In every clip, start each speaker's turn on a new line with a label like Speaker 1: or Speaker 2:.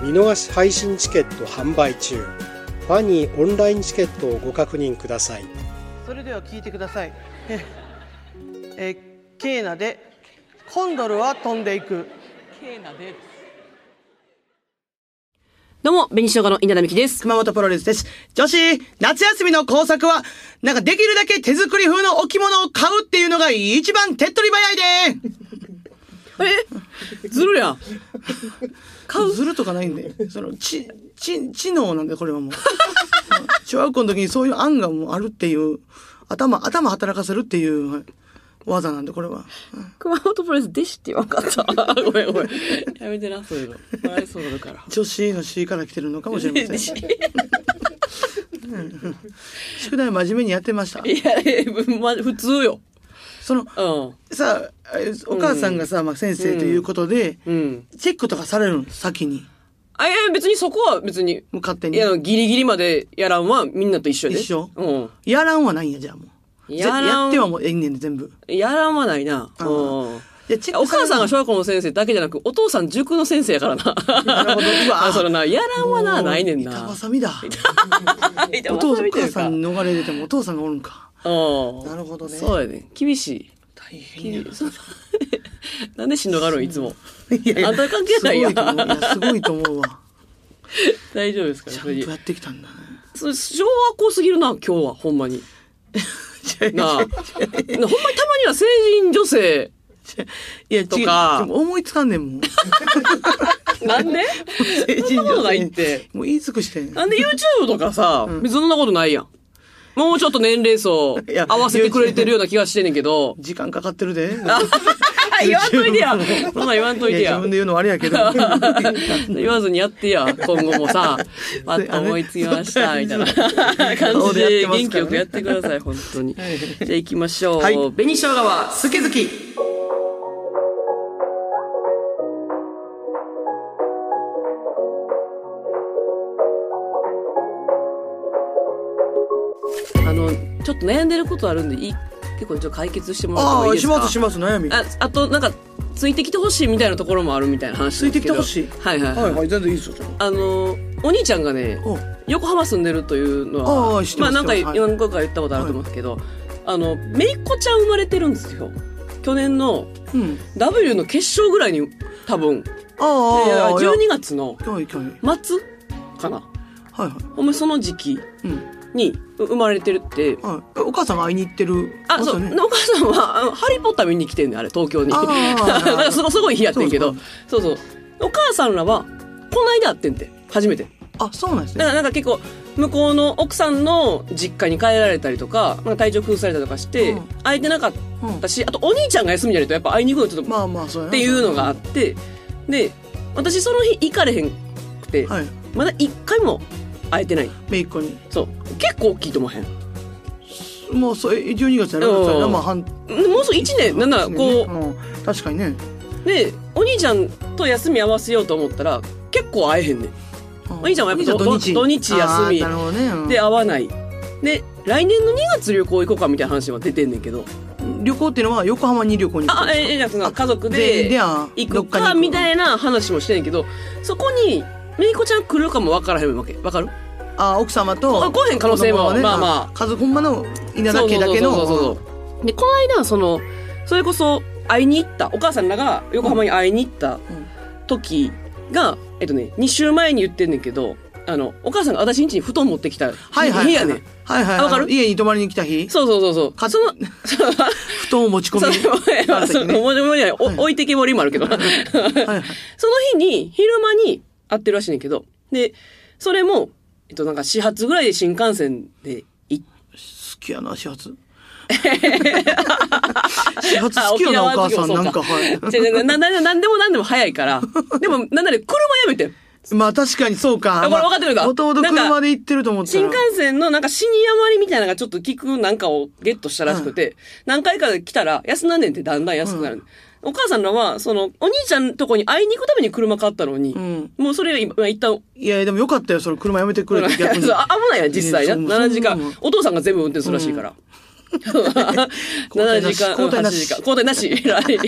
Speaker 1: 見逃し配信チケット販売中ファニーオンラインチケットをご確認ください
Speaker 2: それでは聞いてください えーえーケーナでコンドルは飛んでいく
Speaker 3: ケーナで
Speaker 4: どうも、紅生姜の稲田美希です。
Speaker 2: 熊本プロレスです。女子、夏休みの工作は、なんかできるだけ手作り風の置物を買うっていうのが一番手っ取り早いで
Speaker 4: えずるやん。買う
Speaker 2: ずるとかないんで、その、ち、ち、知能なんで、これはもう。 うん小学校の時にそういう案がもうあるっていう、頭、頭働かせるっていうはい技なんで、これは。
Speaker 4: 熊本プロレス弟子って言わんかった。ごめんごめん。やめてな、そういうの。笑いそうだから。
Speaker 2: 女子の C から来てるのかもしれません。 宿題真面目にやってました。
Speaker 4: いや、えま、普通よ。
Speaker 2: その、
Speaker 4: うん。
Speaker 2: さあ、えお母さんがさ、まあ先生ということで、
Speaker 4: うん。
Speaker 2: チェックとかされるの、先に。
Speaker 4: あ、いや、別にそこは別に。
Speaker 2: もう勝手
Speaker 4: い
Speaker 2: に。
Speaker 4: や、ギリギリまでやらんはみんなと一緒やで。
Speaker 2: 一緒
Speaker 4: うん。
Speaker 2: やらんはないんや、じゃあもう。
Speaker 4: やらん
Speaker 2: ぜってはもうええねんで、全部。
Speaker 4: やらんはないな。
Speaker 2: あ
Speaker 4: う
Speaker 2: ー
Speaker 4: ん。
Speaker 2: いやチェッ
Speaker 4: お
Speaker 2: クされ
Speaker 4: 母
Speaker 2: る
Speaker 4: さんが小学校の先生だけじゃなく、お父さん塾の先生やからな。な
Speaker 2: るほどう わ
Speaker 4: それな、やらんはな、ないね
Speaker 2: も
Speaker 4: ん
Speaker 2: う板
Speaker 4: な。
Speaker 2: 挟みだ。お
Speaker 4: お
Speaker 2: 父さん、お母さんに逃れててもお父さんがおるんか。
Speaker 4: うん。
Speaker 2: なるほどね
Speaker 4: そうやね。厳し
Speaker 2: 大
Speaker 4: い。
Speaker 2: 変
Speaker 4: 厳そう なんでしんどがるんいつも。
Speaker 2: いや
Speaker 4: あんた関係ないやん
Speaker 2: すごいと思ういやすごいと思うわ。
Speaker 4: 大丈夫ですか
Speaker 2: ち
Speaker 4: ね
Speaker 2: ゃん。と
Speaker 4: それに
Speaker 2: やってきたんだね。
Speaker 4: そう昭和校すぎるな、今日は、ほん まに。なあ。ほんまにたまには成人 女性。
Speaker 2: いや、
Speaker 4: と
Speaker 2: 違う
Speaker 4: か
Speaker 2: でも思いつかんねん、もう。
Speaker 4: なんで
Speaker 2: 成人
Speaker 4: そんなことないって。
Speaker 2: もう言い尽くしてん。
Speaker 4: なんで YouTube とかさ、別にそんなことないやん。もうちょっと年齢層
Speaker 2: いや
Speaker 4: 合わせてくれてるような気がしてんねんけど。
Speaker 2: 時間かかってるで。
Speaker 4: 言わんとい てや。そんなん言わんといて
Speaker 2: いや自
Speaker 4: や
Speaker 2: 分。で言うのはあれやけ ど。
Speaker 4: 言わずにやってや。今後も さ、パッと思いつきました、みたいな感
Speaker 2: 顔
Speaker 4: じ
Speaker 2: でやってますからね
Speaker 4: で元気よくやってください、本当に。じゃあ行きましょう。
Speaker 2: はい
Speaker 4: 紅生姜は
Speaker 2: 好き好き。
Speaker 4: あの、ちょっと悩んでることあるんで、いい結構ちょっと解決してもらっても
Speaker 2: あ
Speaker 4: いい
Speaker 2: あ、
Speaker 4: です
Speaker 2: し
Speaker 4: か
Speaker 2: ますします、悩み。
Speaker 4: あ、あと、なんか、ついてきてほしいみたいなところもあるみたいな話なんですけど。
Speaker 2: ついてきてほし
Speaker 4: はいはい、はい、
Speaker 2: はい、全然いいですよ。
Speaker 4: あの、お兄ちゃんがね、
Speaker 2: お
Speaker 4: 横浜住んでるというの
Speaker 2: あ
Speaker 4: は、
Speaker 2: あ知って
Speaker 4: ま
Speaker 2: ま
Speaker 4: あ
Speaker 2: す
Speaker 4: なんか
Speaker 2: はい
Speaker 4: 何回か言ったことあると思うんですけど、あの、めいっ子ちゃん生まれてるんですよ。去年の
Speaker 2: うん。
Speaker 4: W の決勝ぐらいに多分、
Speaker 2: ああ、
Speaker 4: いや
Speaker 2: いや
Speaker 4: 12月の
Speaker 2: 今日、今日。
Speaker 4: 末かな。
Speaker 2: はいは
Speaker 4: ほんまその時期
Speaker 2: い。うん。
Speaker 4: にう生まれてるって、
Speaker 2: はい、お母さんが会いに行ってる。
Speaker 4: あ、そう、
Speaker 2: ね
Speaker 4: で。お母さんは、あのハリーポッター見に来てんねんあれ、東京に。
Speaker 2: あー
Speaker 4: なん かすごいすごい日やってんけど
Speaker 2: そう。
Speaker 4: そうそうお母さんらは、こないだ会ってんて、初めて。
Speaker 2: あ、そうなんです
Speaker 4: だか
Speaker 2: ね。
Speaker 4: らなんか結構、向こうの奥さんの実家に帰られたりとか、なんか体調崩されたりとかして、
Speaker 2: うん
Speaker 4: 会えてなかったし、あとお兄ちゃんが休みじゃないとやっぱ会いに行くのちょっと、
Speaker 2: まあまあ、そうやな
Speaker 4: っていうのがあって、で、私その日行かれへんくて、
Speaker 2: はい。
Speaker 4: まだ一回も会えてない。
Speaker 2: めいっ子に。
Speaker 4: そう。結構大きいと思わへん。
Speaker 2: もう、そう、え12月やろ。
Speaker 4: うん
Speaker 2: そうやなまあ、半
Speaker 4: もうすぐ1年、なんならこう、
Speaker 2: うん確かにね。
Speaker 4: でお兄ちゃんと休み合わせようと思ったら結構会えへんねん
Speaker 2: うん
Speaker 4: お兄ちゃんはやっぱ
Speaker 2: お
Speaker 4: ど土日休み
Speaker 2: あーなるほどね。うん
Speaker 4: で会わないで来年の2月旅行行こうかみたいな話は出てんねんけど
Speaker 2: 旅行っていうのは、横浜に旅行に行くん
Speaker 4: あ
Speaker 2: です
Speaker 4: ええじゃなく家族
Speaker 2: か。で、で
Speaker 4: で
Speaker 2: は、
Speaker 4: 行
Speaker 2: ど
Speaker 4: く
Speaker 2: っ
Speaker 4: か
Speaker 2: かに
Speaker 4: み
Speaker 2: 行く。
Speaker 4: たいな話もしてんねんけどそこにめいこちゃん来るかもわからへんわけわかる
Speaker 2: あー、奥様
Speaker 4: あ
Speaker 2: と。
Speaker 4: 来へん可能性も
Speaker 2: 子供がね
Speaker 4: まあまあ
Speaker 2: 家族ほんまの稲田家だけの。
Speaker 4: そうそうそうそうそうそうでこの間そのそれこそ会いに行ったお母さんらが横浜に会いに行った
Speaker 2: うん
Speaker 4: 時が、えっとね2週前に言ってんねんけどあのお母さんが私ん家に布団持ってきた日
Speaker 2: はいはい。
Speaker 4: 部屋ねん。
Speaker 2: はいはい。
Speaker 4: あわかる
Speaker 2: あの家に泊まりに来た日、
Speaker 4: そうそうそうそう。
Speaker 2: か
Speaker 4: その、
Speaker 2: 布団を持ち込
Speaker 4: そ
Speaker 2: み。
Speaker 4: の、まあ、その、もじもじゃない、お置いてけぼりもあるけ ど。その
Speaker 2: はいはい。
Speaker 4: 日に、昼間に会ってるらしいねんけど。で、それも、えっと、なんか始発ぐらいで新幹線で行っ
Speaker 2: 好きやな始発 始発好きやなお
Speaker 4: あ
Speaker 2: 母
Speaker 4: 沖
Speaker 2: さ
Speaker 4: 縄の
Speaker 2: んな
Speaker 4: 時もそ
Speaker 2: ん
Speaker 4: うか
Speaker 2: かはい
Speaker 4: て、な、な、ななんでもなんでも早いから。でも、なんなら車やめてん
Speaker 2: まあ確かにそうか。
Speaker 4: あこれ分かってるか
Speaker 2: まあ弟
Speaker 4: なんか
Speaker 2: 車で行ってると思った
Speaker 4: 新
Speaker 2: ら。
Speaker 4: 幹線のなんか死に余りみたいなのがちょっと聞くなんかをゲットしたらしくて、何回か来たら安なんねんってだんだん安くなる。お母さんらは、その、お兄ちゃんとこに会いに行くために車買ったのに、
Speaker 2: ん
Speaker 4: もうそれが今、一旦、
Speaker 2: いやいやでもよかったよ、それ車やめてくれて逆に。
Speaker 4: そう危ないやん、実際な。
Speaker 2: ねそう
Speaker 4: 7時間
Speaker 2: そう。
Speaker 4: お父さんが全部運転するらしいから。7時間、
Speaker 2: 交代なし
Speaker 4: 8時間。交代なし。 偉い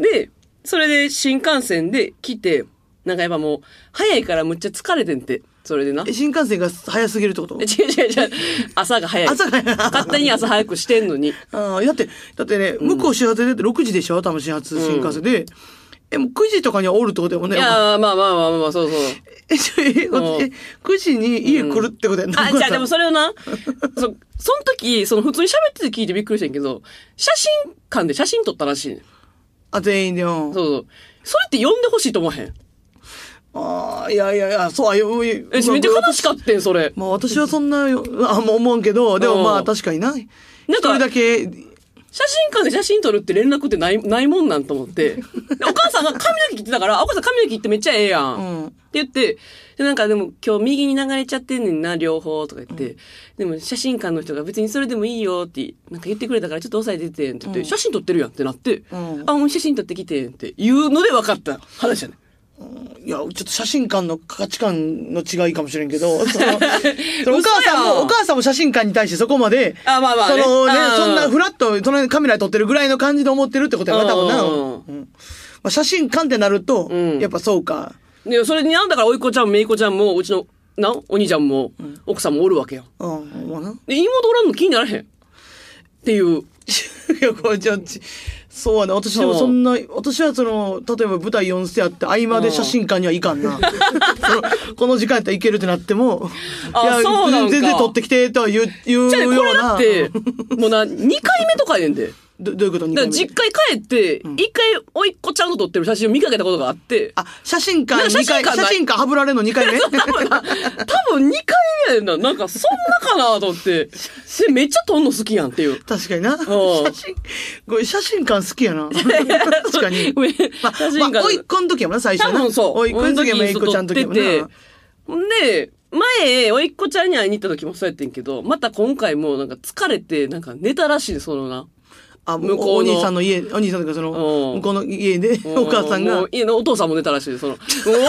Speaker 4: で、それで新幹線で来て、なんかやっぱもう、早いからむっちゃ疲れてんて。それでな
Speaker 2: え。新幹線が早すぎるってこと
Speaker 4: え 違う違う違う。朝が早い。
Speaker 2: 朝が早い
Speaker 4: 勝手に朝早くしてんのに。
Speaker 2: ああ、だって、だってね、向こう始発で6時でしょ多分始発新幹線で。え、もう9時とかにはおるってことやもん
Speaker 4: い
Speaker 2: ね。
Speaker 4: やーまあまあまあま あ、そうそう。
Speaker 2: え、ちょ、え、
Speaker 4: う
Speaker 2: え9時に家来るってことやんな。
Speaker 4: あ、
Speaker 2: お母
Speaker 4: じ
Speaker 2: さ
Speaker 4: ゃ
Speaker 2: ん
Speaker 4: あでもそれをな、そ、その時、その普通に喋ってて聞いてびっくりしてんけど、写真館で写真撮ったらしいねん。
Speaker 2: あ、全員でよ。
Speaker 4: そうそう。それって呼んでほしいと思わへん。
Speaker 2: ああ、いやいやいや、そう、あ、よ、え、
Speaker 4: え、めっちゃ悲しかったん、それ。
Speaker 2: まあ私はそんな、よあ、もう思わんけど、でもま
Speaker 4: う
Speaker 2: あ
Speaker 4: ん
Speaker 2: 確かにな。
Speaker 4: なん
Speaker 2: 一
Speaker 4: か
Speaker 2: 人だけ、
Speaker 4: 写真館で写真撮るって連絡ってない、ないもんなんと思 って。でお母さんが髪の毛切ってたから、あお母さん髪の毛切ってめっちゃええやん。
Speaker 2: うん
Speaker 4: って言って、で、なんかでも今日右に流れちゃってんねんな、両方とか言って。でも写真館の人が別にそれでもいいよって、なんか言ってくれたからちょっと押さえててんって言って、写真撮ってるやんってなって、
Speaker 2: ん
Speaker 4: あ、もう写真撮ってきてんって言うので分かった話やねん。
Speaker 2: いや、ちょっと写真館の価値観の違いかもしれんけ ど、そのそのお母さん
Speaker 4: 嘘や
Speaker 2: も、
Speaker 4: ん
Speaker 2: お母さんも写真館に対してそこまで、
Speaker 4: あまあまあね
Speaker 2: そのね
Speaker 4: あ、ー
Speaker 2: そんなフラッと、そのカメラで撮ってるぐらいの感じで思ってるってことやな、多分な。
Speaker 4: うん
Speaker 2: うんまあ、写真館ってなると、
Speaker 4: ん
Speaker 2: やっぱそうか。
Speaker 4: で、それになんだから、おいこちゃんもめいこちゃんも、うちの、な、お兄ちゃんも、奥さんもおるわけやん。
Speaker 2: うん、まあな。
Speaker 4: で、妹おらんの気にならへん。っていう。
Speaker 2: いや、これじゃあちそうやな。私でも
Speaker 4: そう
Speaker 2: そんな、私はその、例えば舞台4ステあって、合間で写真館にはいかんな。 そのこの時間やったらいけるってなっても、
Speaker 4: あ
Speaker 2: いや
Speaker 4: そうなんか
Speaker 2: 全然撮ってきてとは言う言う
Speaker 4: じゃあね、こ
Speaker 2: よう
Speaker 4: れだ
Speaker 2: な。
Speaker 4: って、もうな、2回目とかやねんで。
Speaker 2: どどういうことに
Speaker 4: だから実家に帰って、1回おいっ子ちゃんの撮ってる写真を見かけたことがあって、
Speaker 2: あ、写真館
Speaker 4: なんか
Speaker 2: 2回、
Speaker 4: 写真館ない
Speaker 2: 写真館はぶられの2回目
Speaker 4: 多分2回目やねんな。なんか、そんなかなと 思って。で、めっちゃ撮んの好きやんっていう。
Speaker 2: 確かにな。写
Speaker 4: ん
Speaker 2: 真、これ写真館好きやな。確かに。
Speaker 4: ごめん
Speaker 2: ま
Speaker 4: 写真
Speaker 2: あ、
Speaker 4: 館
Speaker 2: まあ、おいっ子の時やもんな、最初
Speaker 4: 多
Speaker 2: はな。
Speaker 4: 分そう。
Speaker 2: おいっ子の時やもん、おいっ子ちゃんの時やもんな。
Speaker 4: 撮っててほんで、前、おいっ子ちゃんに会いに行った時もそうやってんけど、また今回もなんか疲れて、なんか寝たらしい、そのな。
Speaker 2: あ、
Speaker 4: 向
Speaker 2: 向
Speaker 4: こ
Speaker 2: こ
Speaker 4: う
Speaker 2: う
Speaker 4: の
Speaker 2: の。お兄さんの家、お兄さんとかその、
Speaker 4: うん
Speaker 2: 向こうの家で、 お母さん
Speaker 4: も
Speaker 2: が
Speaker 4: う。家のお父さんも寝たらしい、その。もう寝んな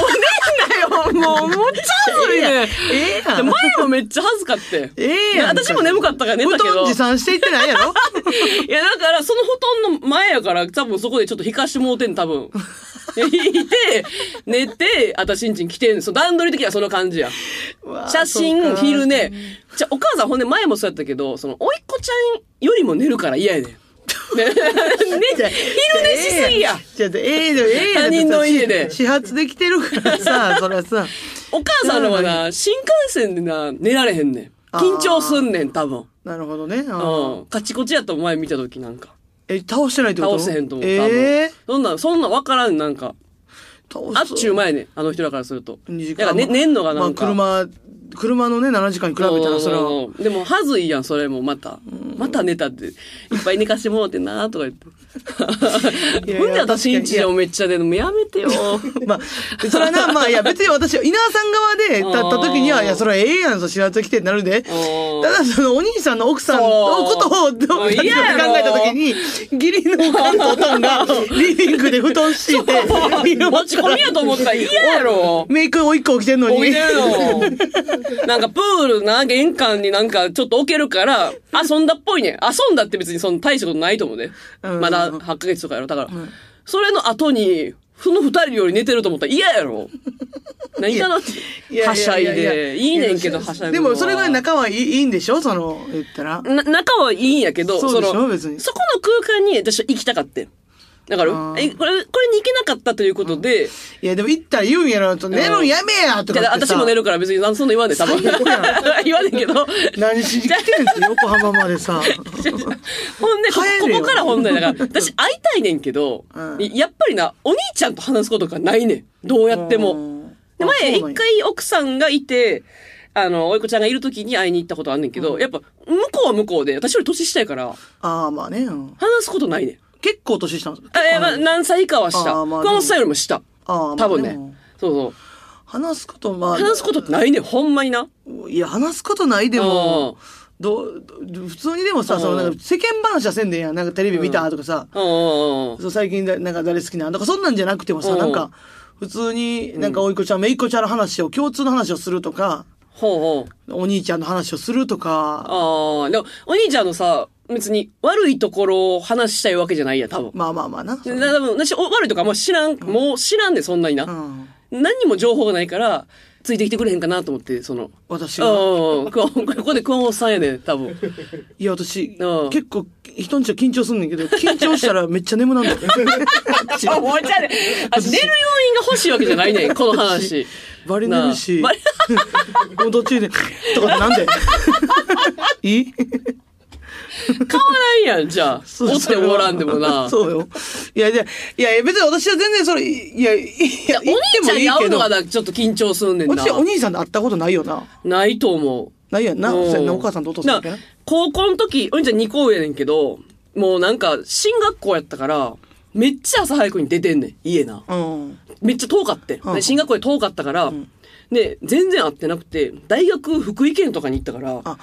Speaker 4: よもう、もうちゃうずるいね。
Speaker 2: ええや
Speaker 4: で
Speaker 2: ん。
Speaker 4: 前もめっちゃ恥ずかって。
Speaker 2: ええやん。
Speaker 4: 私も眠かったから寝たけ
Speaker 2: 布団
Speaker 4: ど。
Speaker 2: 持参していってないや ろ
Speaker 4: いや、だから、その布団の前やから、多分そこでちょっと引かしてもうてん、多分。で引いて、寝て、あたしんちん来てん。そう、段取り的にはその感じや。写真、昼
Speaker 2: ね。
Speaker 4: 寝。じゃ、お母さんほんで前もそうやったけど、その、おいっ子ちゃんよりも寝るから嫌やねん。 ね、昼
Speaker 2: じゃ
Speaker 4: 寝
Speaker 2: あ
Speaker 4: しすぎや。。
Speaker 2: じゃあええで、ええやん
Speaker 4: 他人の家で
Speaker 2: 始発できてるからさ、そりゃさ。
Speaker 4: お母さんのはな、新幹線でな、寝られへんねん。緊張すんねん、多分。
Speaker 2: なるほどね。あー
Speaker 4: うん。カチコチやった前見た時なんか。
Speaker 2: え、倒してないってこ
Speaker 4: 倒
Speaker 2: と
Speaker 4: せへんと思う。多分
Speaker 2: ええ
Speaker 4: そんなん、そんなんわからん、なんか。
Speaker 2: 倒
Speaker 4: あっ
Speaker 2: せ
Speaker 4: ちゅう前ね、あの人らからすると。
Speaker 2: 二時
Speaker 4: だ
Speaker 2: 間
Speaker 4: からね、寝んのがなんか。
Speaker 2: まあ、車、車のね、7時間に比べたら、それは。
Speaker 4: でも、はずいやん、それも、また。また寝たって。いっぱい寝かしてもろうてなとか言
Speaker 2: い
Speaker 4: って。
Speaker 2: やいや
Speaker 4: ほんで私んちでもめっちゃ寝るの。やめ てよ。
Speaker 2: まあ、それはな、まあ、いや、別に私、稲田さん側で立った時に
Speaker 4: あ
Speaker 2: は、
Speaker 4: ー
Speaker 2: いや、それはええやん、そう、知らず来てってなるで。
Speaker 4: ー
Speaker 2: た だ、その、お兄さんの奥さんのこと
Speaker 4: そ
Speaker 2: を、
Speaker 4: う
Speaker 2: ど
Speaker 4: もう
Speaker 2: う立
Speaker 4: 嫌
Speaker 2: 場で
Speaker 4: やろ
Speaker 2: 考えた時に、義理のおかんとおとん が、リビングで布団敷いて、
Speaker 4: 持ち込みやと思ったら嫌やろ。
Speaker 2: メイクおいっ子起きてんのに。
Speaker 4: おいでよ。 なんかプールな、玄関になんかちょっと置けるから、遊んだっぽいねん。遊んだって別にその大したことないと思うね。
Speaker 2: うん
Speaker 4: まだ8ヶ月とかやろ。だから、それの後に、その二人より寝てると思ったら嫌 やろ。何かなって。はしゃいで。いいねんけど、はしゃい
Speaker 2: でも、それぐらい仲はいいいいんでしょその、言ったら。
Speaker 4: な仲はいいんやけど、
Speaker 2: そうでしょ
Speaker 4: の
Speaker 2: 別に
Speaker 4: そこの空間に私は行きたかってん。だから、
Speaker 2: あー
Speaker 4: えこれ、これに行けなかったということで、
Speaker 2: いや、でも行ったら言うんやろ、と、寝るんやめやとか
Speaker 4: た
Speaker 2: って
Speaker 4: だ
Speaker 2: さ。
Speaker 4: 私も寝るから別にそんな言わんで、多分。
Speaker 2: 最悪やん
Speaker 4: 言わねんけど。
Speaker 2: 何しに来てんす横浜までさ。
Speaker 4: ほんで、こ
Speaker 2: 帰
Speaker 4: こ
Speaker 2: れよ
Speaker 4: こから本題だから、私会いたいねんけど、
Speaker 2: うん
Speaker 4: やっぱりな、お兄ちゃんと話すことがないねん。どう やっても。で、前、一回奥さんがいて、あの、おいこちゃんがいる時に会いに行ったことあんねんけど、やっぱ、向こうは向こうで、私より年下やから、
Speaker 2: ああ、まあね。うん
Speaker 4: 話すことないねん。
Speaker 2: 結構年下なんです
Speaker 4: あえまあ、何歳以下は下。
Speaker 2: あーまあ
Speaker 4: 熊本さんよりも下。
Speaker 2: あーまあ
Speaker 4: 多分ね
Speaker 2: でも。
Speaker 4: そうそう。
Speaker 2: 話すことは、
Speaker 4: 話すことってないねんほんまにな。
Speaker 2: いや、話すことないでも、どうどう普通にでもさ、
Speaker 4: うん
Speaker 2: そのなんか世間話はせんでええやん。なんかテレビ見たとかさ、
Speaker 4: うんうんうんうん。
Speaker 2: そう最近だなんか誰好きなんとか、そんなんじゃなくてもさ、
Speaker 4: うん
Speaker 2: なんか、普通になんかおいこちゃん、めいっこちゃんの話を、共通の話をするとか、
Speaker 4: ほうほう。
Speaker 2: お兄ちゃんの話をするとか、
Speaker 4: ああ、でも、お兄ちゃんのさ、別に悪いところを話したいわけじゃないやん、多分。
Speaker 2: まあまあまあな。
Speaker 4: で多分、私、お悪いとかあんま知らん、もう知らんで、そんなにな。
Speaker 2: うん。
Speaker 4: 何にも情報がないから、ついてきてくれへんかなと思って、その。
Speaker 2: 私
Speaker 4: う
Speaker 2: は。
Speaker 4: んうんうん。こ ここでクワモさんやねん、 多分。
Speaker 2: いや、私
Speaker 4: うん、
Speaker 2: 結構、人んちは緊張すんねんけど、緊張したらめっちゃ眠 なんだよ。私
Speaker 4: あ、もうじゃね。あ、寝る要因が欲しいわけじゃな いねん、この話。
Speaker 2: バリ寝るし
Speaker 4: なあバリ、
Speaker 2: もう途中で、とかって なんでいい
Speaker 4: 変わらんやん、じゃあ。
Speaker 2: そう
Speaker 4: 落ちてもおらんでもな。
Speaker 2: そうよ。いや、いや、いや、別に私は全然それ、いや、い
Speaker 4: いや
Speaker 2: や、
Speaker 4: お
Speaker 2: 言って
Speaker 4: 兄ち
Speaker 2: も
Speaker 4: ゃん
Speaker 2: い
Speaker 4: に
Speaker 2: い
Speaker 4: 会
Speaker 2: け
Speaker 4: うの
Speaker 2: ど
Speaker 4: が、なちょっと緊張すんねんな
Speaker 2: 私。はお兄さんと会ったことないよな。
Speaker 4: ないと思う。
Speaker 2: ないやんな。そうやんなお母さんとお父さんだけ
Speaker 4: な
Speaker 2: な。
Speaker 4: 高校の時、お兄ちゃん2校上やねんけど、もうなんか、進学校やったから、めっちゃ朝早くに出てんねん、家な。
Speaker 2: うん。
Speaker 4: めっちゃ遠かってん。
Speaker 2: うん
Speaker 4: で進学校で遠かったから、で、全然会ってなくて、大学福井県とかに行ったから
Speaker 2: あ、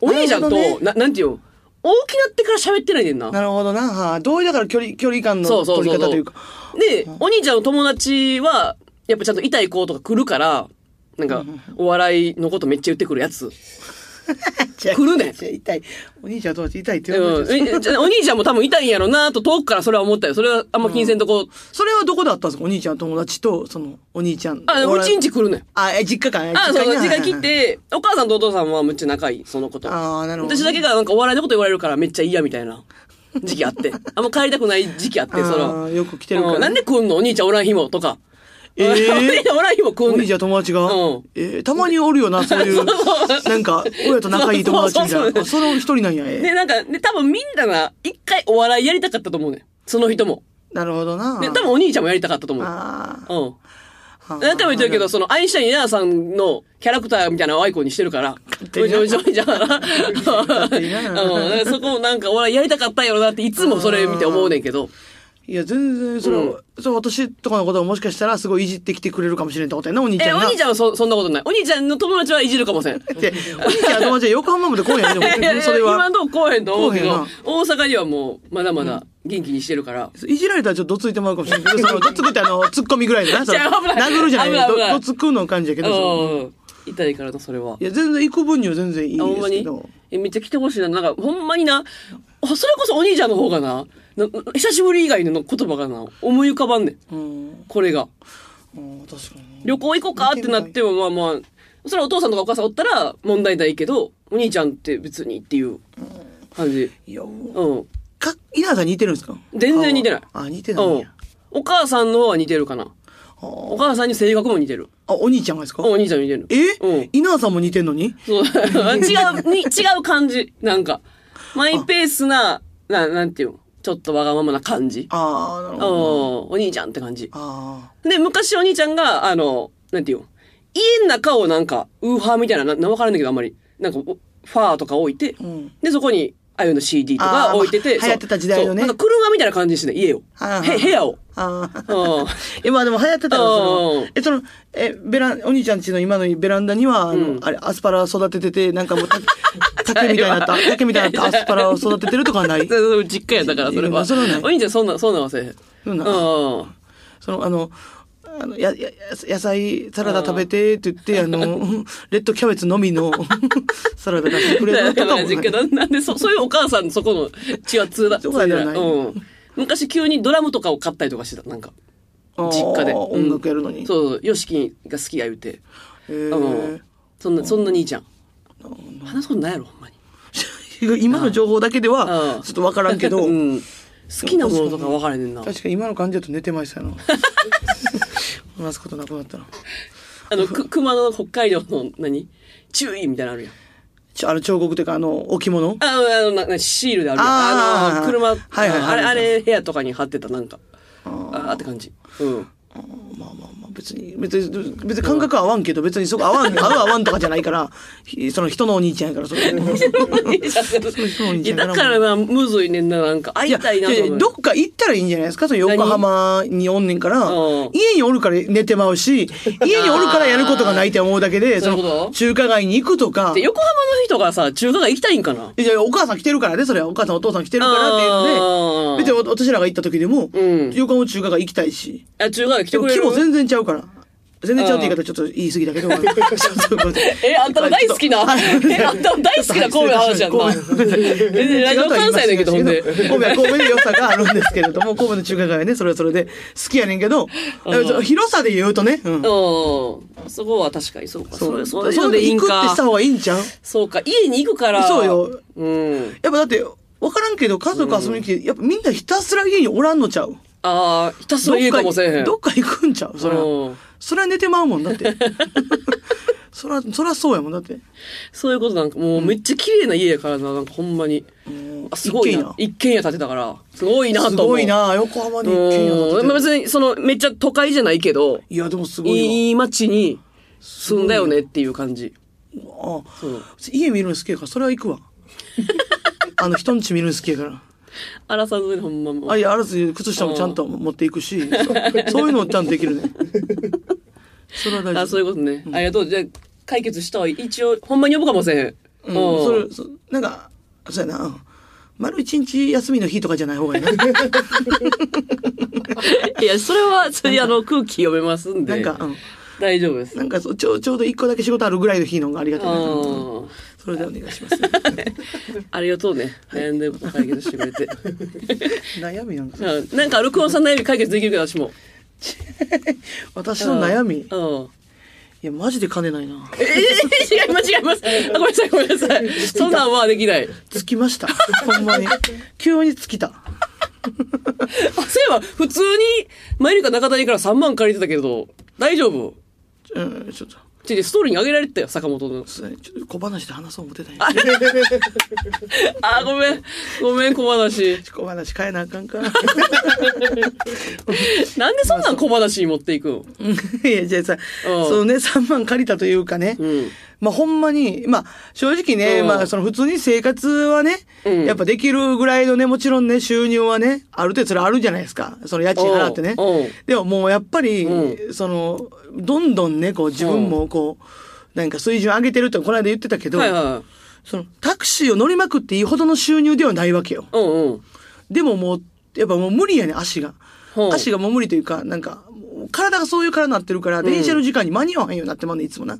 Speaker 4: お兄ちゃんと、
Speaker 2: なるほどね
Speaker 4: ななんていうの大きなってから喋ってないねんな。
Speaker 2: なるほどな。はあどういうだから距離、距離感の
Speaker 4: そうそう
Speaker 2: 取
Speaker 4: そ
Speaker 2: り
Speaker 4: うそ
Speaker 2: 方
Speaker 4: う。
Speaker 2: というか。
Speaker 4: で、お兄ちゃんの友達は、やっぱちゃんと痛い子とか来るから、なんか、お笑いのことめっちゃ言ってくるやつ。 来るね
Speaker 2: じゃあ痛い。お兄ちゃんと私痛いって言わ
Speaker 4: う
Speaker 2: れ
Speaker 4: ん
Speaker 2: てる。
Speaker 4: えじゃあお兄ちゃんも多分痛いんやろなと遠くからそれは思ったよ。それはあんま気にせんとこう。
Speaker 2: それはどこで会ったんですかお兄ちゃんの友達と、その、お兄ちゃん。
Speaker 4: あ、うちんち来るねん。
Speaker 2: あ、え、実家か。
Speaker 4: あ、そう、
Speaker 2: に
Speaker 4: 時
Speaker 2: はいは
Speaker 4: 間切っ。
Speaker 2: いはい
Speaker 4: て、お母さんとお父さんはめっちゃ仲いい、そのこと。
Speaker 2: あーなるほどね
Speaker 4: 私だけがなんかお笑いのこと言われるからめっちゃ嫌みたいな 時期あって。あんま帰りたくない時期あって、そ
Speaker 2: あ
Speaker 4: の。
Speaker 2: ーよく来てるからね
Speaker 4: うんなんで来んのお兄ちゃんおらん日もとか。
Speaker 2: えー
Speaker 4: お兄ちゃんおらん日も来ん
Speaker 2: お兄
Speaker 4: ねん
Speaker 2: ちゃん友達が、
Speaker 4: うん
Speaker 2: えーたまにおるよな、 そういう、なんか、親と仲いい友達みたい
Speaker 4: そうそうそう
Speaker 2: な。あそれ一人なんや、えー
Speaker 4: で、なんか、で、多分みんなが一回お笑いやりたかったと思うねん。その人も。
Speaker 2: なるほどな。
Speaker 4: で、多分お兄ちゃんもやりたかったと思
Speaker 2: あ
Speaker 4: う。うん。
Speaker 2: あ。
Speaker 4: 何回も言ってるけど、その、アインシュタイン・ヤーさんのキャラクターみたいなのをアイコンにしてるから。
Speaker 2: 手にな
Speaker 4: うちのお兄ちゃんはな
Speaker 2: 手にな
Speaker 4: うんだからそこをなんか、俺はやりたかったんやろなって、いつもそれ見て思うねんけど。
Speaker 2: いや、全然、それ、それ私とかのことをもしかしたら、すごいいじってきてくれるかもしれんってことやな、お兄ち
Speaker 4: え、
Speaker 2: ゃん
Speaker 4: お
Speaker 2: が。
Speaker 4: 兄ちゃんはそ、そんなことない。お兄ちゃんの友達はいじるかもしれん。
Speaker 2: でお兄ちゃんの友達は横浜まで来んやん、で
Speaker 4: いやいや
Speaker 2: も、それ
Speaker 4: 今
Speaker 2: は
Speaker 4: の。とこ来おへんと思うけ
Speaker 2: 来おへん
Speaker 4: ど
Speaker 2: な、
Speaker 4: 大阪にはもう、まだまだ元気にしてるから。
Speaker 2: いじられたらちょっとどついてもらうかもしれんけど、 その、どつくってあの、突っ込みぐらいでな、その
Speaker 4: じゃあ危ない
Speaker 2: 殴るじゃない
Speaker 4: 危ない危ない
Speaker 2: どどつくの感じやけ
Speaker 4: う
Speaker 2: ど、その
Speaker 4: ん。痛いからな、それは。
Speaker 2: いや、全然行く分には全然いい
Speaker 4: あほ
Speaker 2: で
Speaker 4: んます
Speaker 2: け
Speaker 4: に
Speaker 2: ど。
Speaker 4: えめっちゃ来てほしいな。なんか、ほんまにな、あそれこそお兄ちゃんの方がな、な久しぶり以外の言葉がな、思い浮かばんね
Speaker 2: う
Speaker 4: ん。
Speaker 2: ん、
Speaker 4: これが。
Speaker 2: うん確かに。
Speaker 4: 旅行行こうかってなっても、まあまあ、それはお父さんとかお母さんおったら問題ないけど、お兄ちゃんって別にっていう感じ。
Speaker 2: いや、
Speaker 4: うん。
Speaker 2: か、稲田さん似てるんですか
Speaker 4: 全然似てない
Speaker 2: 顔はあ、似て
Speaker 4: う
Speaker 2: ないん
Speaker 4: ん
Speaker 2: や。。
Speaker 4: お母さんの方は似てるかな。お
Speaker 2: あ
Speaker 4: 母さんに性格も似てる。
Speaker 2: あ、お兄ちゃんがですか
Speaker 4: お兄ちゃん似てる。
Speaker 2: え、
Speaker 4: うん。
Speaker 2: 稲田さんも似てんのに
Speaker 4: そう 違う、に違う感じ。なんか、マイペースな、ななんていうのちょっとわがままな感じ。
Speaker 2: ああ、なるほ
Speaker 4: うん
Speaker 2: ど。
Speaker 4: お兄ちゃんって感じ。
Speaker 2: あ
Speaker 4: で、昔お兄ちゃんが、あの、なんていうの家の中をなんか、ウーハーみたいな、ななわからんだけどあんまり、なんか、おファーとか置いて、
Speaker 2: あ、うん。
Speaker 4: で、そこに、あゆの CD と
Speaker 2: あ
Speaker 4: か
Speaker 2: ー
Speaker 4: 置いてて、
Speaker 2: まあ流行ってた時代のね
Speaker 4: そうなんか車みたいな感じにしてね、家を。
Speaker 2: あー
Speaker 4: へ 部屋を。
Speaker 2: あ
Speaker 4: う
Speaker 2: あ。
Speaker 4: ん。
Speaker 2: 今でも流行ってたら、そ
Speaker 4: うん
Speaker 2: の、え、その、え、ベラン、お兄ちゃんちの今のベランダには、あの、あれ、アスパラ育ててて、なんかもう、 竹竹みたいになった、竹みたいになったアスパラを育ててるとかはない
Speaker 4: そう実家やだから、それ
Speaker 2: い
Speaker 4: は。
Speaker 2: やそれはない
Speaker 4: お兄ちゃん、そんな、そんなんはせえへん。
Speaker 2: そんな
Speaker 4: うん。
Speaker 2: その、あの、あのやや野菜サラダ食べてって言って、 あの、レッドキャベツのみのサラダ出 してくれるとかもな
Speaker 4: マ
Speaker 2: い
Speaker 4: ジかななんで そ、そういうお母さんのそこの血は通だ。
Speaker 2: そうなんじゃない
Speaker 4: うん。昔急にドラムとかを買ったりとかしてた、なんか。実家で。
Speaker 2: あー
Speaker 4: うん
Speaker 2: 音楽やるのに。
Speaker 4: そうそう、ヨシキが好きや言うて。
Speaker 2: へ
Speaker 4: うん
Speaker 2: ー。
Speaker 4: そんな、そんな兄ちゃん。話すことないやろ、ほんまに。
Speaker 2: 今の情報だけで
Speaker 4: う
Speaker 2: は
Speaker 4: ん、
Speaker 2: ちょっとわからんけど、
Speaker 4: うん。好きなものとか分からへんねんな。
Speaker 2: 確かに今の感じだと寝てましたよ な。話すことなくなったな。
Speaker 4: あの、く、熊の北海道の何注意みたいなのあるやん。
Speaker 2: ちょあの、彫刻というか、あの、置物
Speaker 4: あの、あのな、なシールであるやん。
Speaker 2: あー
Speaker 4: あの、車、
Speaker 2: はいはいはい
Speaker 4: あれ、あれ、部屋とかに貼ってた、なんか。あーって感じ。うん。
Speaker 2: まあまあまあ、別に、別に、別に感覚合わんけど、別にそこ合わん、合う合わんとかじゃないから、ひその人のお兄ちゃんやから、それ。
Speaker 4: い やだからな、むずいねんな、なんか。会いたいなと
Speaker 2: やや
Speaker 4: 思う。
Speaker 2: どっか行ったらいいんじゃないですかその横浜におんねんから
Speaker 4: うん、
Speaker 2: 家におるから寝てまうし、家におるからやることがないって思うだけで、
Speaker 4: そういうこと
Speaker 2: の中華街に行くとか
Speaker 4: で、横浜の人がさ、中華街行きたいんかな。
Speaker 2: いやいやお母さん来てるからね、それは。お母さんお父さん来てるからっていう
Speaker 4: あ
Speaker 2: の
Speaker 4: ー
Speaker 2: で、別にお私らが行った時でも
Speaker 4: うん、
Speaker 2: 横浜中華街行きたいし。
Speaker 4: あ、中華街来て
Speaker 2: でも
Speaker 4: くれ
Speaker 2: 規
Speaker 4: る
Speaker 2: 模全然ちゃうから。全然ちゃうって言い方ちょっと言い過ぎだけ ど。
Speaker 4: え、
Speaker 2: え
Speaker 4: あんたの大好きな、え、あんたの大好きな神戸の 話やんな。全然ラジオ関西だけど、ほんで。
Speaker 2: 神戸は神戸で良さがあるんですけれども、神戸の中華街はね、それはそれで好きやねんけど、広さで言うとね、うん
Speaker 4: うん。そこは確かにそうか。そうそういうのでいいん
Speaker 2: 行くって
Speaker 4: か
Speaker 2: した。方がいいんちゃう
Speaker 4: そうか。家に行くから。
Speaker 2: そうよ。
Speaker 4: うん。
Speaker 2: やっぱだって、わからんけど、家族遊びに来て、やっぱみんなひたすら家におらんのちゃう
Speaker 4: ああ、ひたす
Speaker 2: ど
Speaker 4: ら
Speaker 2: っ
Speaker 4: 家
Speaker 2: か
Speaker 4: かもせえへん。
Speaker 2: どっか行くんちゃうそれ
Speaker 4: う
Speaker 2: は
Speaker 4: ん。
Speaker 2: それは寝てまうもんだ って。そら、そらそうやもんだって。
Speaker 4: そういうことなんか、もうめっちゃ綺麗な家やからな、なんかほんまに。あすごいな。
Speaker 2: 一
Speaker 4: 一軒家建てたから、すごいなと
Speaker 2: す
Speaker 4: 思う。
Speaker 2: ごいな、横浜に一軒家建
Speaker 4: う
Speaker 2: て
Speaker 4: ん。まあ
Speaker 2: てる
Speaker 4: 別に、その、めっちゃ都会じゃないけど、
Speaker 2: いや、でもすごいわ。
Speaker 4: いい街に住んだよねっていう感じ。
Speaker 2: あ
Speaker 4: そう
Speaker 2: 家見るの好きやから、それは行く わ。あの、人んち見るの好きやから。
Speaker 4: 荒さずにほんまもう。
Speaker 2: あいやあらず靴下もちゃんと持っていく し、そそういうのをちゃんとできるね。それは大丈夫。
Speaker 4: あ、そういうことね。ありがとう。じゃあ解決したわ。一応、ほんまに呼ぶかもせん。
Speaker 2: うん
Speaker 4: うん
Speaker 2: それそなんかそうやなうん丸一日休みの日とかじゃない方 がいいな
Speaker 4: いや、それは、それ、あの、空気読めますん
Speaker 2: な
Speaker 4: で。
Speaker 2: んか、うん、
Speaker 4: 大丈夫です。
Speaker 2: なんかそうちょうちょうど一個だけ仕事あるぐらいの日の方がありがたいなうん
Speaker 4: あ
Speaker 2: それでお願いします
Speaker 4: ありがとうね。悩んでること解決してくれて。
Speaker 2: 悩みなんか
Speaker 4: うんなんか、録音さんの悩み解決できるけど、私も。
Speaker 2: 私の悩みい
Speaker 4: うん。
Speaker 2: やマジで金ないな
Speaker 4: ええ違います、違います。あごめんなさい、ごめん なさい。そんなんはできない。
Speaker 2: つきましたほんまに急につきた
Speaker 4: あ、そういえば、普通に、マユリカ中谷から3万借りてたけど、大丈夫
Speaker 2: うんちょっと
Speaker 4: ちょいちょいストーリーにあげられてたよ、坂本の。
Speaker 2: すいませんちょっと小話で話そう思ってたんや
Speaker 4: あ、ごめん。ごめん、小話。
Speaker 2: 小話変えなあかんか
Speaker 4: なんでそんなん小話に持っていくん
Speaker 2: うん いやじゃあさ
Speaker 4: うん
Speaker 2: そのね3万借りたというかね、
Speaker 4: うん。
Speaker 2: まあほんまに、まあ正直ね、
Speaker 4: うん
Speaker 2: まあその普通に生活はね、
Speaker 4: うん
Speaker 2: やっぱできるぐらいのね、もちろんね、収入はね、ある程度それあるじゃないですか。その家賃払ってね
Speaker 4: うんうん。
Speaker 2: でももうやっぱり、
Speaker 4: う
Speaker 2: その、どんどんね、こう自分もこう、なんか水準上げてるってこの間言ってたけど、
Speaker 4: はいはい。
Speaker 2: そのタクシーを乗りまくっていいほどの収入ではないわけよ。
Speaker 4: うんうん。
Speaker 2: でももう、やっぱもう無理やね、足が。
Speaker 4: うん
Speaker 2: 足がもう無理というか、なんか、もう体がそういう体になってるから、電車の時間に間に合わへんようになってまうね、いつもな。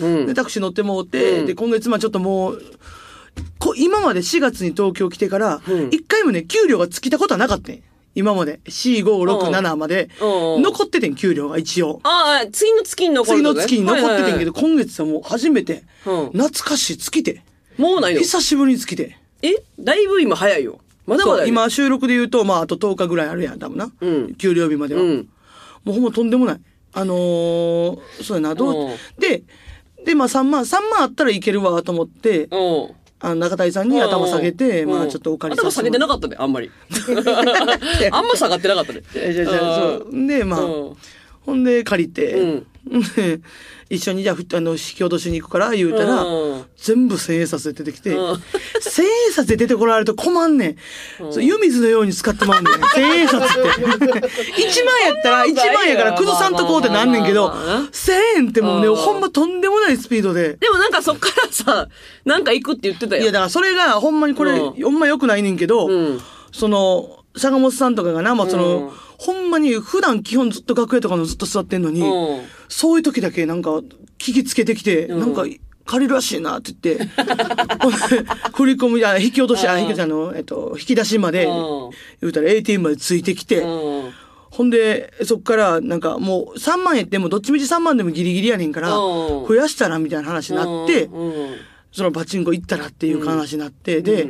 Speaker 4: うん
Speaker 2: で、。タクシー乗ってもうて、
Speaker 4: うん
Speaker 2: で、今月、まあちょっともう、こ今まで4月に東京来てから、
Speaker 4: うん
Speaker 2: 一回もね、給料が尽きたことはなかったん今まで。4、5、
Speaker 4: う
Speaker 2: 6、
Speaker 4: ん
Speaker 2: 7まで、
Speaker 4: うん
Speaker 2: 残っててん、給料が一応。
Speaker 4: ああ、次の月に残る
Speaker 2: 次
Speaker 4: と
Speaker 2: の
Speaker 4: ね
Speaker 2: 月に残っててん
Speaker 4: はいは
Speaker 2: け
Speaker 4: いは
Speaker 2: ど、今月はもう初めて、
Speaker 4: うん
Speaker 2: 懐かしい月で、
Speaker 4: いもうないの
Speaker 2: 久しぶりに月で。
Speaker 4: えだいぶ今早いよ。まだま
Speaker 2: そ
Speaker 4: だ
Speaker 2: う
Speaker 4: よ。
Speaker 2: 今収録で言うと、まああと10日ぐらいあるやん、多分な。
Speaker 4: うん
Speaker 2: 給料日までは。
Speaker 4: うん
Speaker 2: もうほんまとんでもない。あのー、そうやな、どう
Speaker 4: う、
Speaker 2: んで、で、まあ3万、3万あったらいけるわ、と思って、
Speaker 4: うん。
Speaker 2: あの中谷さんに頭下げて、
Speaker 4: うん
Speaker 2: まあちょっとお借り
Speaker 4: 頭
Speaker 2: させて
Speaker 4: 下げ
Speaker 2: も
Speaker 4: て
Speaker 2: ら
Speaker 4: な
Speaker 2: っ
Speaker 4: かったね、あん まり。あんま下がってなかったね。
Speaker 2: て。じゃあじゃあそう。で、まあ、
Speaker 4: うん
Speaker 2: ほんで借りて、
Speaker 4: うん
Speaker 2: で 一緒にじゃあふあ の引き落としに行くから言うたら、
Speaker 4: うん
Speaker 2: 全部千円札で出てきて、
Speaker 4: うん
Speaker 2: 千円札で出てこられると困んねん。そう湯水のように使ってまうん ねん。千円札って。一万やったら、一万やから、クズさんとこうってなんねんけど
Speaker 4: まあまあまあまあ、
Speaker 2: 千円ってもうね、
Speaker 4: うん
Speaker 2: ほんまとんでもないスピードで。
Speaker 4: でもなんかそっからさ、なんか行くって言ってた
Speaker 2: いや、
Speaker 4: よ。
Speaker 2: だからそれがほんまにこれ、
Speaker 4: うん
Speaker 2: ほんま良くないねんけど、
Speaker 4: うん
Speaker 2: その、坂本さんとかがな、まあその、
Speaker 4: うん
Speaker 2: ほんまに普段基本ずっと楽屋とかのずっと座ってんのに、
Speaker 4: うん
Speaker 2: そういう時だけなんか聞きつけてきて、
Speaker 4: ん
Speaker 2: なんか借りるらしいなって言って、 振り込み、あ、引き落とし、あ、
Speaker 4: うん
Speaker 2: 引き落としあの、えっと、引き出しまで
Speaker 4: うん、
Speaker 2: 言うたら ATM までついてきて、
Speaker 4: うん
Speaker 2: ほんで、そっから、なんかもう3万円ってもうどっちみち3万でもギリギリやねんから、
Speaker 4: うん
Speaker 2: 増やしたらみたいな話になって、
Speaker 4: うん
Speaker 2: そのパチンコ行ったらっていう話になって、で、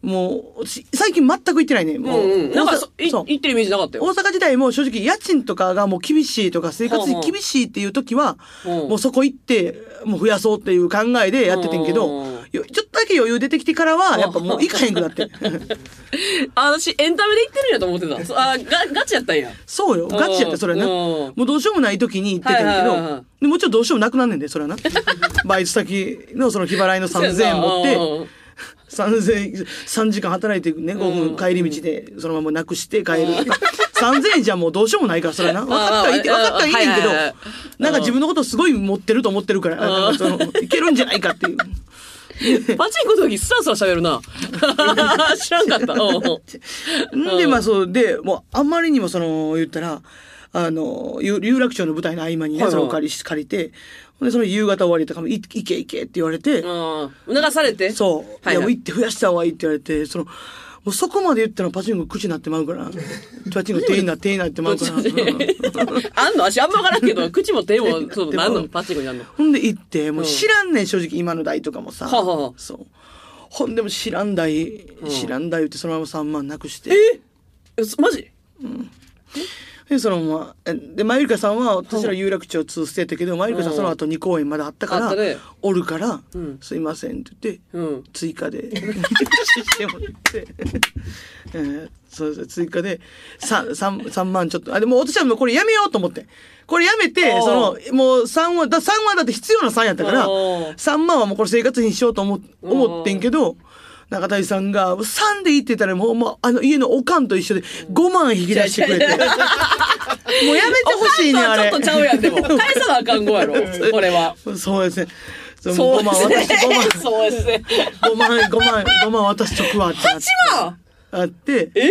Speaker 2: もう、私最近全く行ってないね。もう、
Speaker 4: うん。なんかそ、
Speaker 2: 大阪
Speaker 4: い
Speaker 2: そう
Speaker 4: 行ってるイメージなかった
Speaker 2: 大
Speaker 4: よ。
Speaker 2: 阪時代も正直家賃とかがもう厳しいとか生活費厳しいっていう時は、
Speaker 4: うん
Speaker 2: もうそこ行って、もう増やそうっていう考えでやっててんけど
Speaker 4: う
Speaker 2: よ
Speaker 4: ん、
Speaker 2: ちょっとだけけ余裕出てきてからは、やっぱもう行かへんくなって。
Speaker 4: あ、私、エンタメで行ってるんやと思ってた。そあ、が、ガチやったんや。
Speaker 2: そうよ。ガチやって、それな。
Speaker 4: うん
Speaker 2: もうどうしようもない時に行ってたんやけ
Speaker 4: はいはいはいは
Speaker 2: ど、でもうちょっとどうしようもなくなんねんで、それはな。 バイト先のその日払いの3000円持って、
Speaker 4: うん
Speaker 2: 3000円、3時間働いてね、5分帰り道で、そのままなくして帰る。3000円 じゃもうどうしようもないから、それはな。分かったらいいって、
Speaker 4: うん
Speaker 2: 分かったらいいねんけど
Speaker 4: はいはいはい、
Speaker 2: なんか自分のことすごい持ってると思ってるから、なんかその、いけるんじゃないかっていう。
Speaker 4: パチンコの時、スラスラ喋るな。 知らんかった。うん
Speaker 2: んで、まあそう、で、もうあんまりにもその、言ったら、あの、有有楽町の舞台の合間にね、
Speaker 4: はいはい
Speaker 2: そのお借りし、借りて、ほんで、その夕方終わりとかも、い行け行けって言われて、
Speaker 4: うん。促されて。
Speaker 2: そう、、
Speaker 4: はいい
Speaker 2: や、もう
Speaker 4: はい。
Speaker 2: 行って増やした方がいいって言われて、その、もうそこまで言ったらパチンコ口になってまう から、パチンコ手になって、手になってまうから。うん
Speaker 4: あんの足あんまわからんけど、口も 手も、そう、
Speaker 2: でも
Speaker 4: なんのパチンコになんの。
Speaker 2: ほんで行って、もううん知らんねん、正直今の代とかもさ。
Speaker 4: はあはあ
Speaker 2: そう。ほんでも知らん代、知らん代言ってそのまま3万なくして。
Speaker 4: えそマジ
Speaker 2: で、そのまま、で、まゆりかさんは、私ら有楽町通してたけど、まゆりかさんその後2公演まだあったか
Speaker 4: あ
Speaker 2: ら
Speaker 4: ったね、
Speaker 2: おるから、すいませんって言って、
Speaker 4: うん。
Speaker 2: 追加で、 してもらって、えーそうです追加で、3、三三万ちょっと、あ、でも私はもうこれやめようと思って。これやめて
Speaker 4: お、ー
Speaker 2: その、もう3は、だ3はだって必要な3やったから、
Speaker 4: おー
Speaker 2: 3万はもうこれ生活費にしようと思思ってんけど、中谷さんが、3でいいって言ったら、もう、もう、あの、家のおかんと一緒で、5万引き出してくれて。もうや めてほしいね、
Speaker 4: お母
Speaker 2: あれ。
Speaker 4: さんちょっとちゃうやん、でも。返さなあかんご やろ。これは。
Speaker 2: そうですね。そ
Speaker 4: そ
Speaker 2: 5
Speaker 4: うで
Speaker 2: 万
Speaker 4: す
Speaker 2: 渡
Speaker 4: ね
Speaker 2: して、5万。。
Speaker 4: そうで すね。
Speaker 2: 5万、5万、5万渡しとくわってなって。
Speaker 4: 一番
Speaker 2: あって、
Speaker 4: え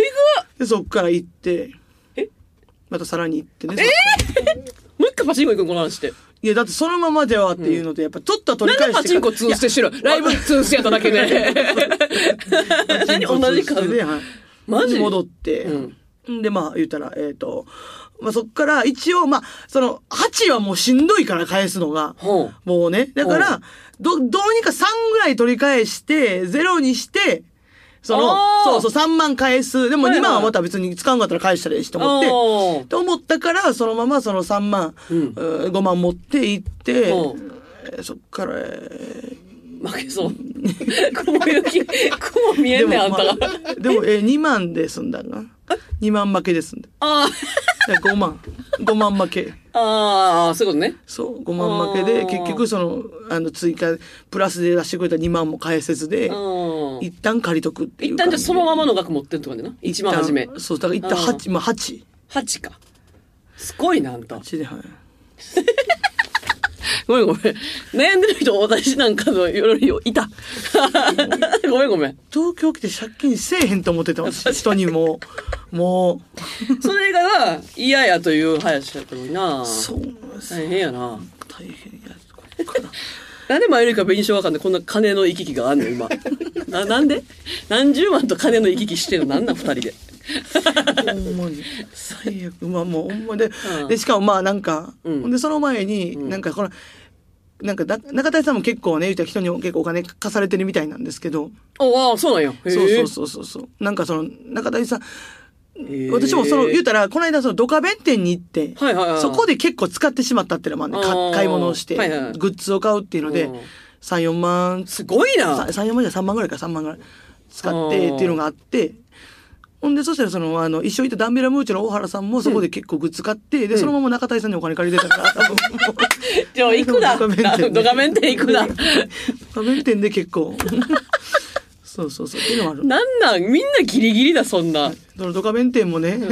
Speaker 4: ぐっ
Speaker 2: で、そっから行って、またさらに行ってね。
Speaker 4: もう一回パチンコ行くんこの話して。
Speaker 2: いや、だってそのままではっていうので、やっぱ取った取
Speaker 4: な
Speaker 2: り
Speaker 4: ん
Speaker 2: 返
Speaker 4: で
Speaker 2: し
Speaker 4: パ
Speaker 2: て
Speaker 4: チンコ通してしろ。ライブ通してやっただけで。 何同じ
Speaker 2: 感
Speaker 4: 数。
Speaker 2: はい、
Speaker 4: マジ
Speaker 2: に戻って、ん、で、まあ、言ったら、えっ、と、まあ、そっから、一応、まあ、その、8はもうしんどいから返すのが、
Speaker 4: ほう
Speaker 2: もうね。だか
Speaker 4: ほ
Speaker 2: ら、ど、どうにか3ぐらい取り返して、0にして、その
Speaker 4: あ、ー
Speaker 2: そうそう、3万返す。でも
Speaker 4: は
Speaker 2: 2
Speaker 4: いはい
Speaker 2: 万はまた別に使うんかったら返したらいいしと思って、
Speaker 4: おー
Speaker 2: と思ったから、そのままその3万、
Speaker 4: ん
Speaker 2: 5万持って行って、
Speaker 4: お
Speaker 2: えーそっから、え
Speaker 4: 負けそう。雲行き、雲見
Speaker 2: ー
Speaker 4: えんねん、あん
Speaker 2: ま
Speaker 4: たが。
Speaker 2: あ、でも、えー、2万で済んだな。2万負けで済んだ。
Speaker 4: あ
Speaker 2: だから5万、5万負け。
Speaker 4: あ、ああ、そういうことね。
Speaker 2: そう、5万負けで、
Speaker 4: あー
Speaker 2: 結局その、あの、追加、プラスで出してくれた2万も返せずで、
Speaker 4: うん。
Speaker 2: 一旦借りとくっていう
Speaker 4: 一
Speaker 2: 感
Speaker 4: 旦じゃあそのままの額持ってんとかねな。一番初め
Speaker 2: 一。旦そう、だから一旦八、まあ八。
Speaker 4: 8か。すごいな、あんた。
Speaker 2: 八で、はい。
Speaker 4: ごめんごめん。悩んでる人、私なんかのよりい た。ごめんごめん。
Speaker 2: 東京来て借金せえへんと思ってた私人に もう、も
Speaker 4: それが嫌やという話やったのにな
Speaker 2: う、。そうなんですよ
Speaker 4: 大変やな。
Speaker 2: 大変や、こっから。
Speaker 4: なんで前よりか紅生姜館でこんな金の行き来があんの今。な、なんで何十万と金の行き来してるのなんなん二人で。
Speaker 2: ほんまに。最悪。まあもうほんまで、で、しかもまあなんか、で、その前に、なんかこの、なんかだ中谷さんも結構ね、言うたら人に結構お金貸されてるみたいなんですけど、
Speaker 4: おああ、そうなんや。へえ
Speaker 2: そうそうそうそうそう。なんかその、中谷さん、
Speaker 4: へえ
Speaker 2: 私もその、言うたら、この間そのドカ弁店に行って、
Speaker 4: はいはいはい
Speaker 2: そこで結構使ってしまったっていうのもあんねんか
Speaker 4: あー
Speaker 2: 買い物をして、
Speaker 4: はいはい
Speaker 2: グッズを買うっていうので
Speaker 4: うん、
Speaker 2: 3、4万、
Speaker 4: すごいな。
Speaker 2: 3、4万じゃ3万ぐらいか、3万ぐらい使ってっていうのがあって、ほんで、そしたらその、あの、一緒にいたダンベラムーチョの大原さんもそこで結構グッズ買って、で、そのまま中谷さんにお金借りてたから、多 分もう
Speaker 4: じゃあ行くな。
Speaker 2: ドカベン店ね
Speaker 4: ドカベン店行く な。
Speaker 2: ドカ弁店で結構。 そうそうそう、っていうのもある。
Speaker 4: なんなんみんなギリギリだ、そんな。
Speaker 2: そのドカ弁店もね、
Speaker 4: ん